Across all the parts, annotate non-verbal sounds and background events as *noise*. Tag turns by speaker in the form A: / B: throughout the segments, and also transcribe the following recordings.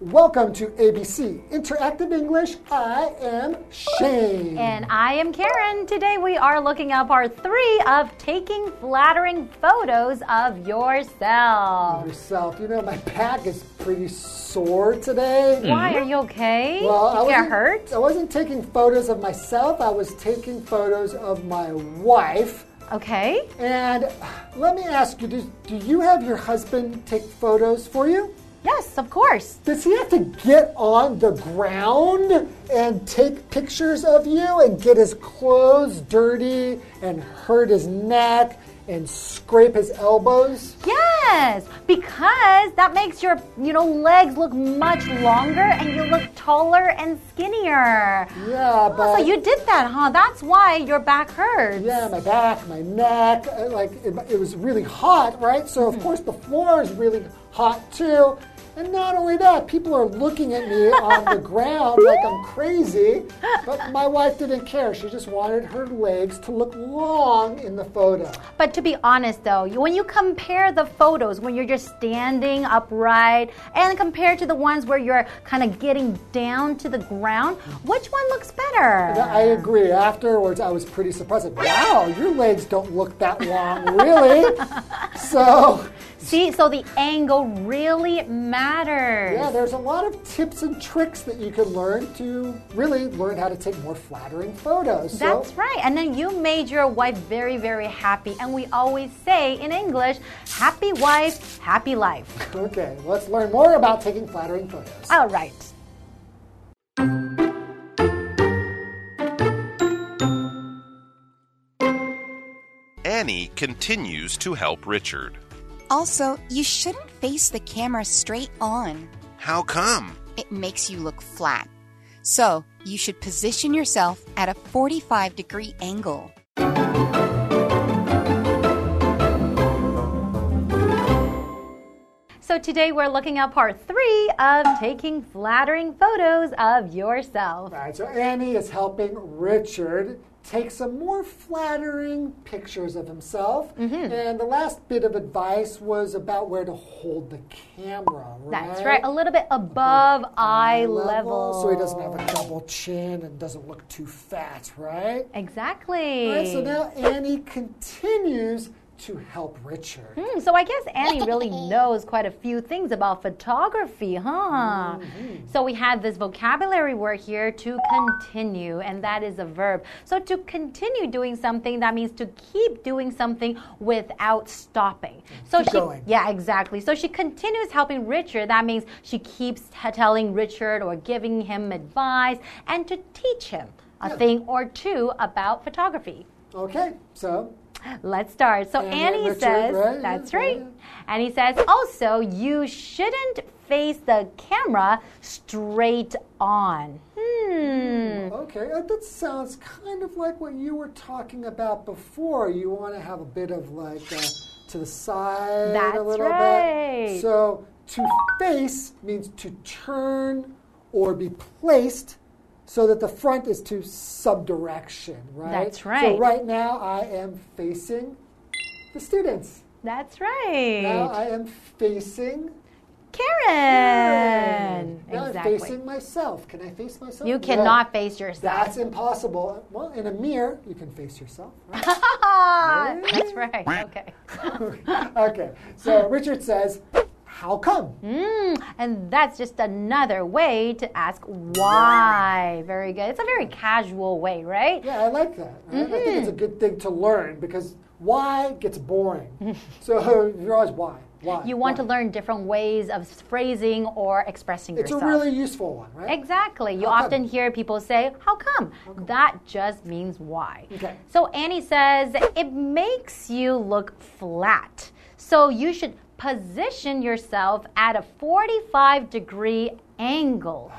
A: Welcome to ABC Interactive English. I am Shane.
B: And I am Karen. Today we are looking up our three of taking flattering photos of yourself.
A: yourself. You know, my back is pretty sore today.
B: Hmm. Why are you okay? Did
A: I
B: you get
A: wasn't-
B: hurt?
A: I wasn't taking photos of myself. I was taking photos of my wife.
B: Okay.
A: And let me ask you, do, do you have your husband take photos for you?
B: Yes, of course.
A: Does he have to get on the ground and take pictures of you and get his clothes dirty and hurt his neck and scrape his elbows?
B: Yes, because that makes your, you know, legs look much longer and you look taller and skinnier.
A: Yeah,
B: Oh,
A: but
B: so you did that, huh? That's why your back hurts.
A: yeah, my back, my neck, uh, like it, it was really hot, right? So
B: Hmm.
A: of course the floor is really hot too. And not only that, people are looking at me on the
B: *laughs*
A: ground like I'm crazy. But my wife didn't care. She just wanted her legs to look long in the photo.
B: But to be honest, though, you- when you compare the photos, when you're just standing upright, and compared to the ones where you're kind of getting down to the ground, which one looks better?
A: I agree. Afterwards, I was pretty surprised. Like, wow, your legs don't look that long,
B: *laughs*
A: really. so,
B: See, so the angle really matters.
A: yeah, there's a lot of tips and tricks that you can learn to really learn how to take more flattering photos.
B: That's
A: so,
B: right. And then you made your wife very, very happy. And we always say in English, happy wife, happy life.
A: okay, let's learn more about taking flattering photos.
B: All right.
C: Annie continues to help Richard.
D: Also, you shouldn't face the camera straight on.
C: How come?
D: It makes you look flat. So, you should position yourself at a 45 degree angle.
B: So today we're looking at part three of taking flattering photos of yourself.
A: All right, so Annie is helping Richard take some more flattering pictures of himself.
B: Mm-hmm.
A: And the last bit of advice was about where to hold the camera, right?
B: That's right, a little bit above eye level.
A: So he doesn't have a double chin and doesn't look too fat, right?
B: Exactly.
A: All right, so now Annie continues to help Richard.
B: Hmm, so I guess
A: *laughs*
B: Annie really knows quite a few things about photography, huh?
A: Mm-hmm.
B: So we have this vocabulary word here to continue, and that is a verb. So to continue doing something, that means to keep doing something without stopping. So
A: Mm-hmm. Keep
B: she,
A: going.
B: yeah, exactly. So she continues helping Richard. That means she keeps t- telling Richard or giving him advice and to teach him a thing or two about photography.
A: Okay, so
B: Let's start. So
A: And
B: Annie
A: Richard,
B: says,
A: right?
B: that's
A: Yeah,
B: right.
A: yeah.
B: Annie says, also, you shouldn't face the camera straight on. Hmm.
A: okay, uh, that sounds kind of like what you were talking about before. You want to have a bit of like uh, to the side
B: That's
A: a little
B: right.
A: bit. So to face means to turn or be placed. So that the front is to subdirection, right?
B: That's
A: So
B: right.
A: right now I am facing the students.
B: That's
A: Now
B: right.
A: I am facing.
B: Karen.
A: Now I'm
B: Exactly.
A: facing myself. Can I face myself?
B: You
A: No.
B: cannot face yourself.
A: That's impossible. Well, in a mirror, you can face yourself. right?
B: Ah, *laughs* That's right.
A: *laughs*
B: Okay.
A: okay. So Richard says, "How come?"
B: Hmm? And that's just another way to ask why. Very good. It's a very casual way, right?
A: Yeah, I like that. right? I think it's
B: Hmm.
A: a good thing to learn because why gets
B: *laughs*
A: boring. so *laughs* you're always why, why.
B: You want
A: why.
B: to learn different ways of phrasing or expressing
A: It's a
B: yourself.
A: really useful one, right?
B: Exactly. You
A: How come?
B: often hear people say, How come? That just means why.
A: Okay.
B: So Annie says, It makes you look flat. So you should position yourself at a 45 degree
A: *sighs*
B: angle.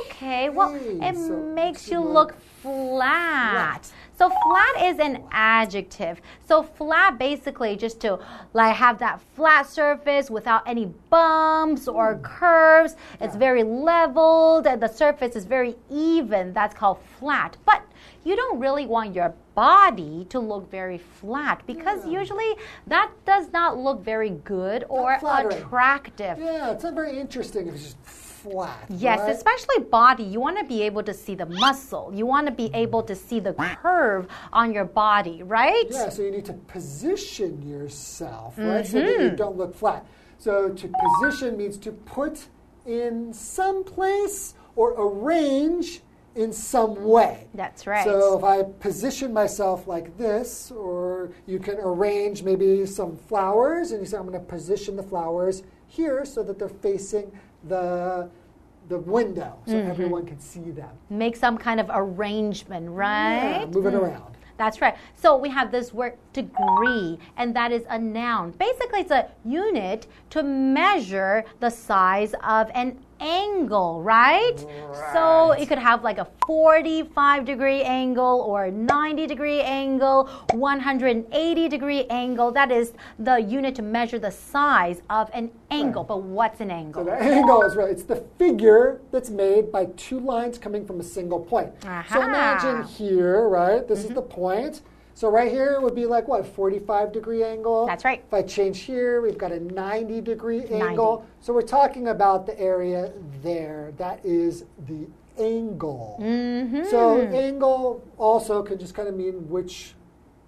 B: Okay, well,
A: Okay,
B: it
A: so
B: makes you
A: look
B: look flat. So flat is an adjective. So flat basically just to like have that flat surface without any bumps or curves. It's very leveled and the surface is very even. That's called flat. But you don't really want your body to look very flat because usually that does not look very good or
A: flattering.
B: attractive.
A: Yeah, it's not very interesting if it's just flat.
B: Yes,
A: right?
B: especially body. You want to be able to see the muscle. You want to be able to see the curve on your body, right?
A: Yeah, so you need to position yourself, right? So that
B: Mm-hmm.
A: you don't look flat. So to position means to put in some place or arrange in some way.
B: That's right.
A: So if I position myself like this, or you can arrange maybe some flowers, and you say, I'm going to position the flowers here so that they're facing the the window so
B: Mm-hmm.
A: everyone can see them.
B: Make some kind of arrangement, right?
A: Yeah, move it around.
B: That's right. So we have this word degree, and that is a noun. Basically, it's a unit to measure the size of an angle, right? So you could have like a 45 degree angle, or a 90 degree angle, 180 degree angle. That is the unit to measure the size of an angle. But what's an angle?
A: The angle is really, it's the figure that's made by two lines coming from a single point. So
B: Aha. Mm-hmm.
A: imagine here, right? This is the point. So right here it would be like what, 45 degree angle?
B: That's right.
A: If I change here, we've got a 90 degree angle. So we're talking about the area there. That is the angle.
B: Mm.
A: So
B: Hmm.
A: angle also could just kind of mean which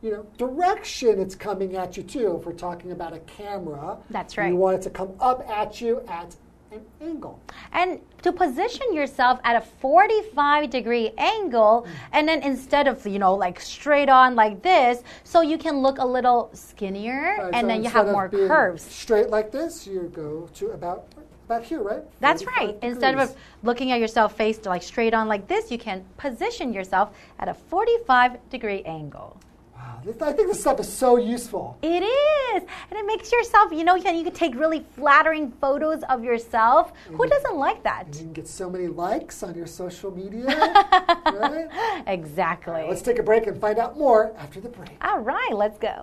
A: you know direction it's coming at you too. If we're talking about a camera,
B: That's
A: You
B: right.
A: want it to come up at you at an angle.
B: And to position yourself at a 45 degree angle, and then instead of, you know, like straight on like this, so you can look a little skinnier
A: Right, so
B: and then you have
A: instead of
B: more
A: being
B: curves.
A: Straight like this, you go to about about here, right?
B: That's
A: 45
B: right. Instead
A: degrees.
B: of looking at yourself face like straight on like this, you can position yourself at a 45 degree angle.
A: Wow, this- I think this stuff is so useful.
B: It is. And it makes yourself, you know, you can, you can take really flattering photos of yourself.
A: Mm-hmm.
B: Who doesn't like that?
A: You can get so many likes on your social
B: *laughs*
A: media. Mm-hmm. right?
B: Exactly.
A: Let's take a break and find out more after the break.
B: All right, let's go.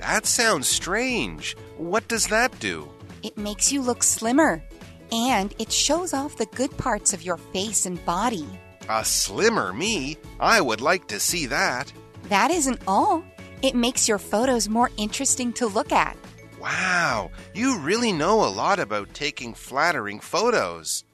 C: That sounds strange. What does that do?
D: It makes you look slimmer, and it shows off the good parts of your face and body.
C: A slimmer me? I would like to see that.
D: That isn't all, it makes your photos more interesting to look at.
C: Wow, you really know a lot about taking flattering photos.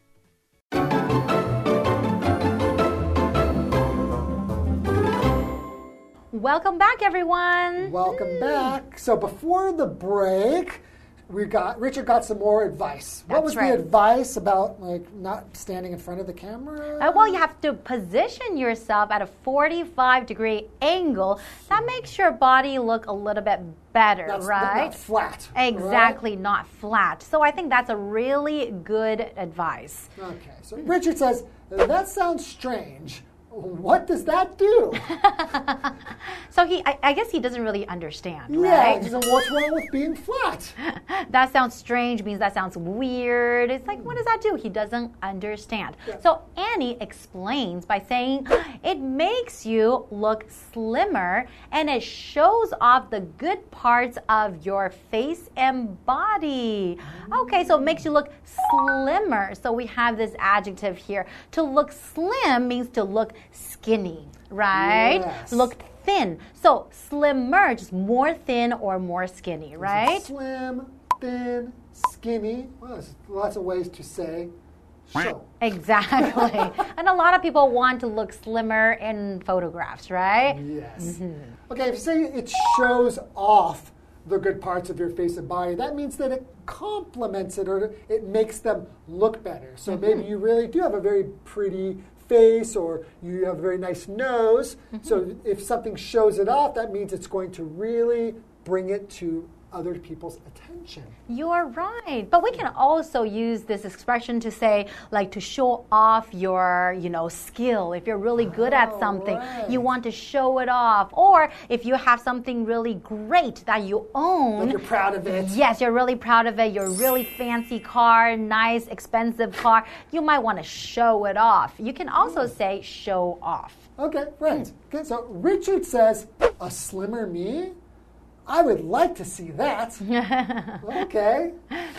B: Welcome back, everyone.
A: Welcome back. So before the break, we got Richard got some more advice. what
B: That's
A: was
B: right.
A: the advice about like not standing in front of the camera?
B: Uh, well, you have to position yourself at a 45 degree angle. That makes your body look a little bit better,
A: Not- not-
B: right?
A: Not flat. right?
B: exactly, not flat. So I think that's a really good advice.
A: Okay. So Richard says that sounds strange. What does that
B: *laughs*
A: do?
B: So he, I, I guess he doesn't really understand,
A: yeah.
B: right?
A: he said, What's wrong with being flat?
B: That sounds strange means that sounds weird. It's like, what does that do? He doesn't understand. So Annie explains by saying *gasps* it makes you look slimmer and it shows off the good parts of your face and body. Okay, so it makes you look slimmer. So we have this adjective here. To look slim means to look skinny, right?
A: Yes.
B: Look thin. So slimmer, just more thin or more skinny, right?
A: Slim, thin, skinny. Well, there's lots of ways to say show.
B: Exactly. *laughs* and a lot of people want to look slimmer in photographs, right?
A: Yes. Okay, if you say it shows off the good parts of your face and body, that means that it complements it or it makes them look better. So maybe you really do have a very pretty face or you have a very nice nose. So if something shows it off, that means it's going to really bring it to other people's attention.
B: You're right. But we can also use this expression to say like to show off your, you know, skill. If you're really good
A: Oh,
B: at something, you want to show it off. Or if you have something really great that you own,
A: If you're proud of it.
B: Yes, you're really proud of it. Your really fancy car, nice, expensive car. You might want to show it off. You can
A: Mm.
B: also say show off.
A: Okay, right. Okay, so Richard says, a slimmer me? I would like to see that. okay.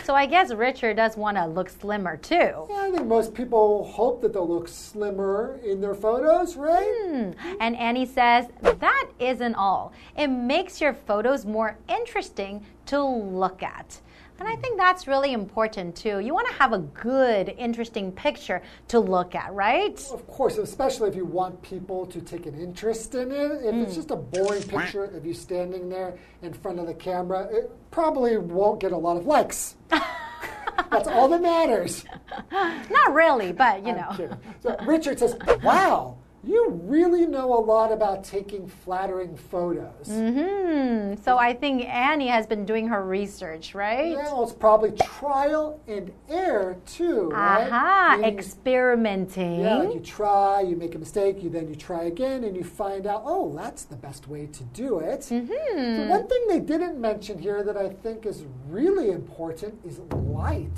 B: So I guess Richard does want to look slimmer too.
A: Yeah, I think most people hope that they'll look slimmer in their photos, right?
B: And Annie says, that isn't all. It makes your photos more interesting to look at. And I think that's really important too. You want to have a good, interesting picture to look at, right?
A: Of course, especially if you want people to take an interest in it. If it's just a boring picture of you standing there in front of the camera, it probably won't get a lot of likes. That's all that matters.
B: Not really, but you know.
A: Kidding. So Richard says, Wow, you really know a lot about taking flattering photos.
B: Hmm. So I think Annie has been doing her research, right?
A: Well, it's probably trial and error too, right?
B: Aha,
A: Meaning-
B: experimenting.
A: Yeah, like you try, you make a mistake, you then you try again, and you find out, oh, that's the best way to do it. Mm-hmm. So one thing they didn't mention here that I think is really important is *gasps* light.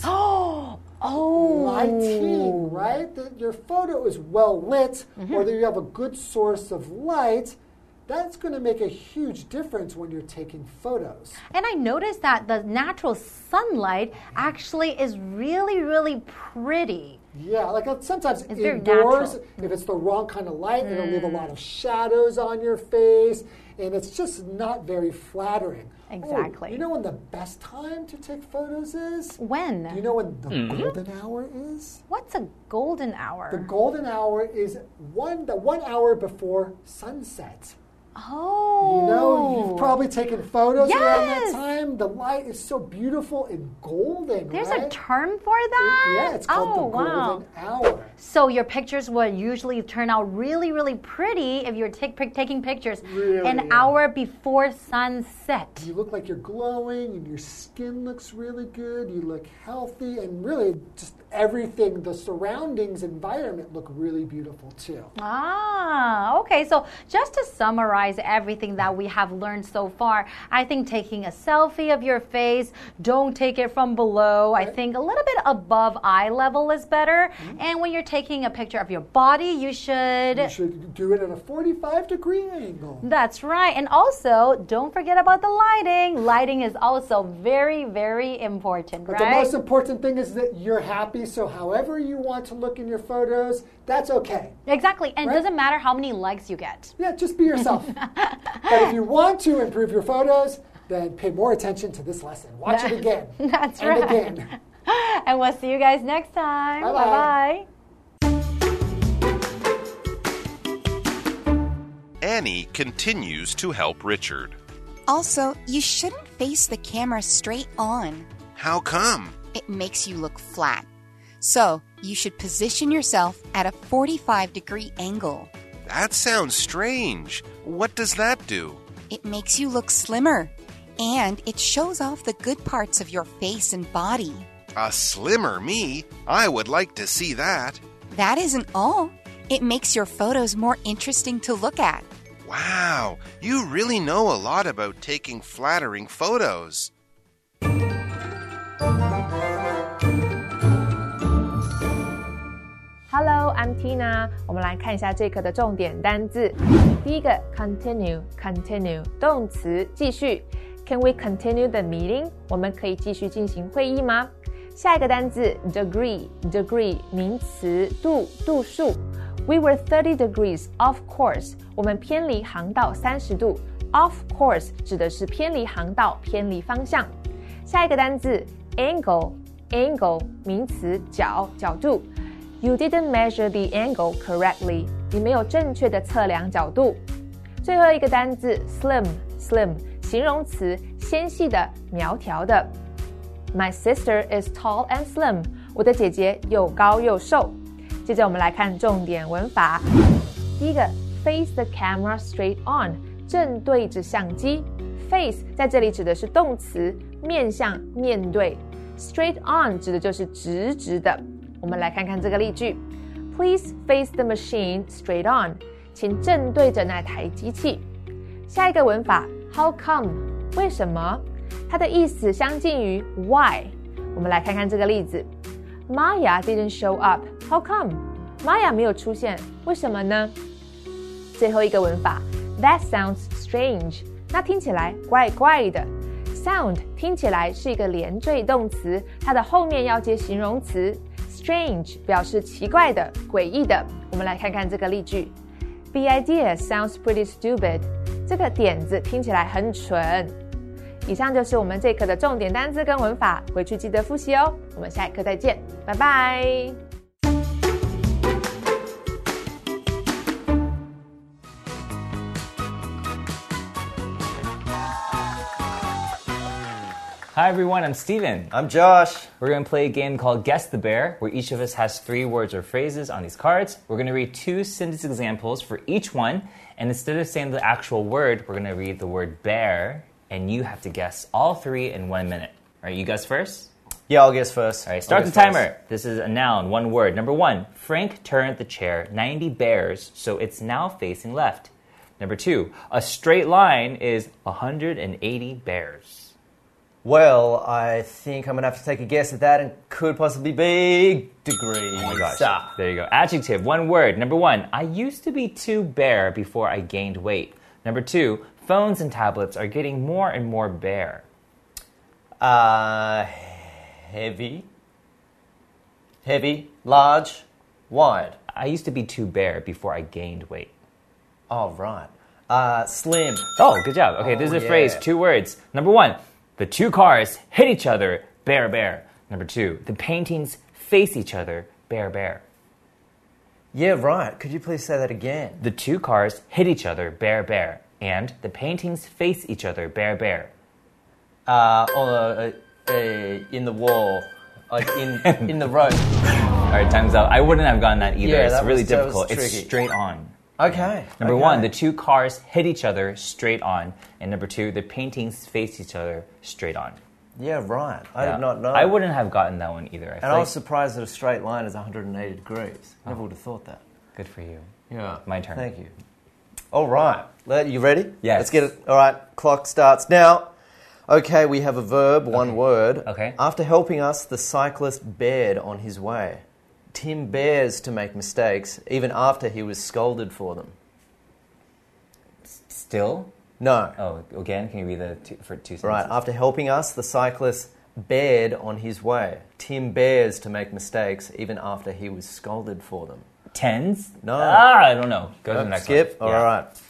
B: oh,
A: Lighting, right? That your photo is well lit, or that you have a good source of light. That's going to make a huge difference when you're taking photos.
B: And I noticed that the natural sunlight actually is really, really pretty.
A: Yeah, like uh, sometimes
B: very
A: indoors,
B: natural. Mm.
A: if it's the wrong kind of light, it'll leave a lot of shadows on your face, and it's just not very flattering. Oh,
B: Exactly.
A: you know when the best time to take photos is?
B: When?
A: You know when the golden hour is?
B: What's a golden hour?
A: The golden hour is one the one hour before sunset.
B: oh.
A: You know, you've probably taken photos around that
B: Yes.
A: time. The light is so beautiful and golden.
B: There's
A: right?
B: a term for that?
A: Yeah, it's called
B: oh,
A: the golden
B: wow.
A: hour.
B: So your pictures would usually turn out really, really pretty if you're take, pic- taking pictures
A: Really,
B: an
A: yeah.
B: hour before sunset.
A: You look like you're glowing and your skin looks really good. You look healthy and really just everything, the surroundings, environment look really beautiful too.
B: Ah, okay. So, just to summarize everything that we have learned so far, I think taking a selfie of your face, don't take it from below. I think a little bit above eye level is better. And when you're taking a picture of your body, you should.
A: Mm-hmm. You should do it at a 45 degree angle.
B: That's right. And also, don't forget about the lighting. Lighting is also very, very important,
A: But the
B: right?
A: most important thing is that you're happy, so however you want to look in your photos, that's okay.
B: exactly. And
A: Right?
B: it doesn't matter how many likes you get.
A: Yeah, just be
B: *laughs*
A: yourself. but if you want to improve your photos, then pay more attention to this lesson. Watch it again.
B: *laughs* That's
A: and
B: right.
A: again.
B: And we'll see you guys next time.
A: Bye-bye.
B: Bye-bye.
C: Annie continues to help Richard.
D: Also, you shouldn't face the camera straight on.
C: How come?
D: It makes you look flat. So, you should position yourself at a 45 degree angle.
C: That sounds strange. What does that do?
D: It makes you look slimmer. And it shows off the good parts of your face and body.
C: A slimmer me? I would like to see that.
D: That isn't all. It makes your photos more interesting to look at.
C: Wow, you really know a lot about taking flattering photos.
E: Hello, I'm Tina。我们来看一下这课的重点单字。第一个，continue，continue，动词，继续。Can we continue the meeting？我们可以继续进行会议吗？下一个单字，degree，degree，名词，度，度数。We were thirty degrees off course。我们偏离航道三十度。Off course 指的是偏离航道、偏离方向。下一个单字，angle，angle，名词，角，角度。You didn't measure the angle correctly. 你没有正确的测量角度。最后一个单字 slim，slim 形容词，纤细的、苗条的。My sister is tall and slim. 我的姐姐又高又瘦。接着我们来看重点文法。第一个 face the camera straight on，正对着相机。face 在这里指的是动词，面向、面对。straight on 指的就是直直的。我们来看看这个例句：Please face the machine straight on，请正对着那台机器。下一个文法 how come 为什么，它的意思相近于 why。我们来看看这个例子：Maya didn't show up. How come? Maya 没有出现，为什么呢？最后一个文法 that sounds strange，那听起来怪怪的。Sound 听起来是一个连缀动词，它的后面要接形容词。Strange 表示奇怪的、诡异的。我们来看看这个例句：The idea sounds pretty stupid。这个点子听起来很蠢。以上就是我们这一课的重点单词跟文法，回去记得复习哦。我们下一课再见，拜拜。
F: Hi everyone, I'm Steven.
G: I'm Josh.
F: We're going to play a game called Guess the Bear, where each of us has three words or phrases on these cards. We're going to read two sentence examples for each one, and instead of saying the actual word, we're going to read the word bear, and you have to guess all three in one minute. All right, you guys first?
G: Yeah, I'll guess first.
F: All right, start the timer. This is a noun, one word. Number one, Frank turned the chair 90 bears, so it's now facing left. Number two, a straight line is 180 bears.
G: Well, I think I'm gonna have to take a guess at that, and could possibly be degrees.
F: Oh my gosh. There you go. Adjective, one word. Number one, I used to be too bare before I gained weight. Number two, phones and tablets are getting more and more bare.
G: Uh, heavy, heavy, large, wide.
F: I used to be too bare before I gained weight.
G: Oh right. Uh, slim.
F: Oh, good job. Okay, this
G: Oh,
F: is a phrase,
G: yeah.
F: two words. Number one, the two cars hit each other, bare, bare. Number two, the paintings face each other, bare, bare.
G: Yeah, right. Could you please say that again?
F: The two cars hit each other, bare, bare. And the paintings face each other, bare, bare.
G: Uh, on the, uh, uh, in the wall, like *laughs* in in the road.
F: All right, time's up. I wouldn't have gotten that either.
G: Yeah,
F: it's
G: that
F: really
G: was- that was
F: difficult. It's
G: tricky.
F: straight on.
G: Okay.
F: Number
G: okay.
F: one, the two cars hit each other straight on. And number two, the paintings face each other straight on.
G: Yeah, right. I
F: Yeah.
G: did not know.
F: I wouldn't have gotten that one either. I
G: And
F: feel
G: I was
F: like-
G: surprised that a straight line is 180 degrees.
F: Oh.
G: Never would have thought that.
F: Good for you.
G: Yeah.
F: My turn.
G: Thank you. All right. Le- You ready?
F: Yes.
G: Let's get it. All right. Clock starts now. Okay, we have a verb, one word.
F: Okay.
G: After helping us, the cyclist bared on his way. Tim bears to make mistakes, even after he was scolded for them.
F: Still?
G: No.
F: Oh, again, can you read the two, for two sentences?
G: Right. After helping us, the cyclist bared on his way. Tim bears to make mistakes, even after he was scolded for them.
F: Tens?
G: No.
F: Ah, I don't know. Go to the next
G: Skip.
F: one.
G: All right. So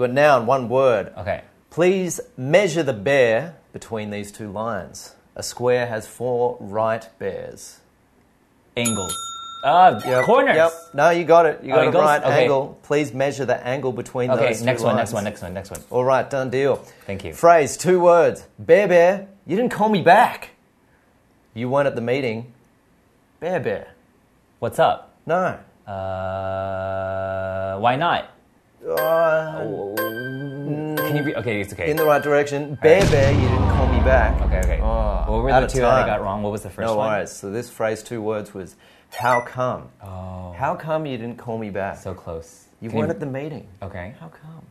G: we've got noun, one word.
F: Okay.
G: Please measure the bear between these two lines. A square has four right bears.
F: Angles. Ah, corners.
G: Yep. No, you got it. You
F: Oh,
G: got
F: angles?
G: it right.
F: Okay.
G: Angle. Please measure the angle between
F: Okay,
G: those two
F: next one,
G: lines.
F: next one, next one, next one.
G: All right, done deal.
F: Thank you.
G: Phrase, two words. Bear, bear, you didn't call me back. You weren't at the meeting. Bear, bear.
F: What's up?
G: No.
F: Uh, why not? oh,
G: Uh,
F: Can you read? Okay, it's okay.
G: in the right direction. Bear, bear, you didn't call me back. Oh.
F: Okay, okay. what were
G: out
F: the
G: of
F: two that I
G: time.
F: got wrong? What was the first
G: No
F: one?
G: worries. So this phrase, two words, was how come? Oh. How come you didn't call me back?
F: So close.
G: you
F: Can
G: weren't at the meeting.
F: Okay.
G: How come?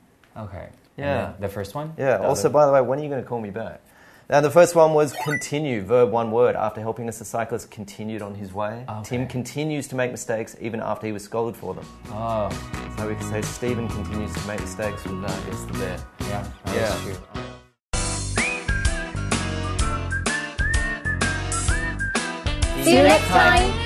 F: Okay.
G: Yeah.
F: And then The first one?
G: Yeah.
F: The
G: also,
F: other-
G: by the way, when are you going to call me back? Now, the first one was continue, verb one word. After helping us, the cyclist continued on his way.
F: Okay.
G: Tim continues to make mistakes even after he was scolded for them.
F: Oh,
G: So we can say Stephen continues to make mistakes with that. It's the bear.
F: yeah. that was
G: Yeah.
F: true.
B: See you next time.